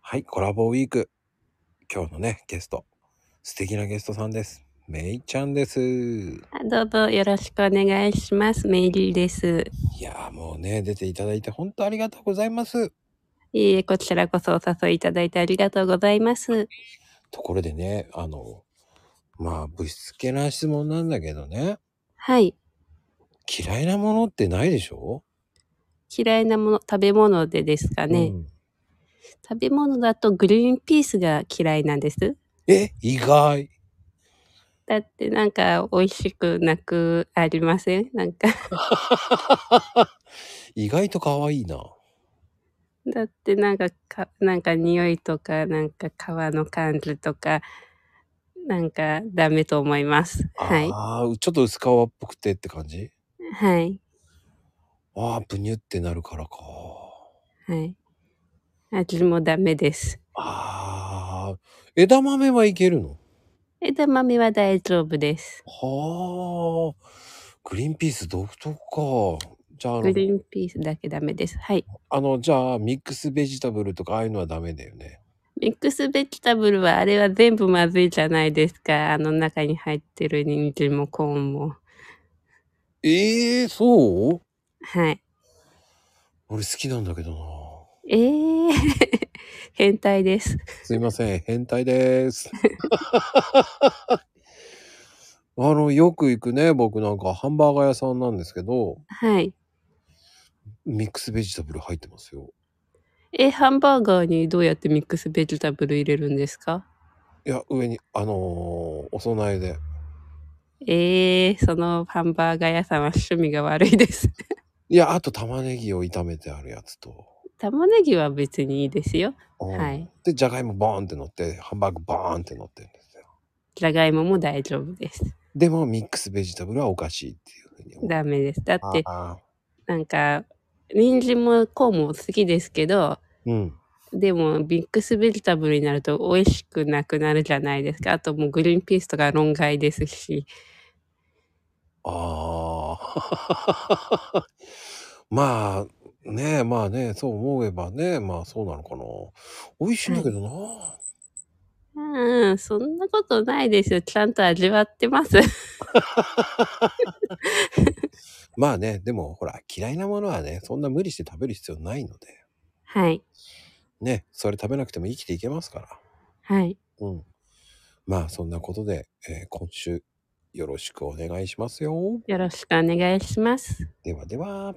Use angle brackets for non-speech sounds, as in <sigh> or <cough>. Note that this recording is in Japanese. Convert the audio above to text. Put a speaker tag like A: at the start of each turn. A: はい、コラボウィーク。今日のね、ゲスト、素敵なゲストさんです。めいちゃんです。
B: どうぞよろしくお願いします。メイリーです。
A: いやもうね、出ていただいて本当ありがとうございます。
B: いえ、こちらこそお誘いいただいてありがとうございます。
A: ところでね、あの、まあ、ぶしつけな質問なんだけどね。
B: はい。
A: 嫌いなものってないでしょ
B: 嫌いなもの、食べ物でですかね。うん、食べ物だとグリーンピースが嫌いなんです。
A: え、意外。
B: だってなんか美味しくなくありませんなんか <laughs>
A: 意外と可愛いな。
B: だってなんかか、なんか匂いとか、なんか皮の感じとか、なんかダメと思います。はい。
A: ああ、ちょっと薄皮っぽくてって感じ
B: はい。
A: ああ、ブニュってなるからか。
B: はい。味もダメです。
A: ああ、枝豆はいけるの
B: 枝豆は大丈夫です。
A: はあ、グリーンピース独特か。
B: じゃあグリーンピースだけダメです。はい。
A: あの、じゃあ、ミックスベジタブルとかああいうのはダメだよね。
B: ミックスベジタブルはあれは全部まずいじゃないですか。あの中に入ってる人参もコーンも。
A: ええー、そう
B: はい。
A: 俺好きなんだけどな。
B: ええー、 <laughs> 変態です。
A: すいません、変態です。 <laughs> あの、よく行くね、僕なんかハンバーガー屋さんなんですけど。
B: はい。
A: ミックスベジタブル入ってますよ。
B: え、ハンバーガーにどうやってミックスベジタブル入れるんですか
A: いや、上に、あのー、お供えで。
B: えー、そのハンバーガー屋さんは趣味が悪いです <laughs>
A: いや、あと玉ねぎを炒めてあるやつと。
B: 玉ねぎは別にいいですよ。はい。
A: で、じゃがいもボーンって乗って、ハンバーグボーンって乗ってるんですよ。
B: じゃがいもも大丈夫です。
A: でも、ミックスベジタブルはおかしいっていうふうに
B: 思う。ダメです。だって、なんか、人参もコーンも好きですけど、
A: うん、
B: でもミックスベジタブルになると美味しくなくなるじゃないですかあともうグリーンピースとか論外ですし
A: ああ <laughs> まあねえまあねそう思えばねまあそうなのかな美味しいんだけどな、はい
B: うん、そんなことないですよ。ちゃんと味わってます。 <laughs>
A: まあね、でもほら、嫌いなものはね、そんな無理して食べる必要ないので。
B: はい。
A: ね、それ食べなくても生きていけますから。
B: はい。
A: うん。まあ、そんなことで、えー、今週、よろしくお願いしますよ。
B: よろしくお願いします。
A: ではでは。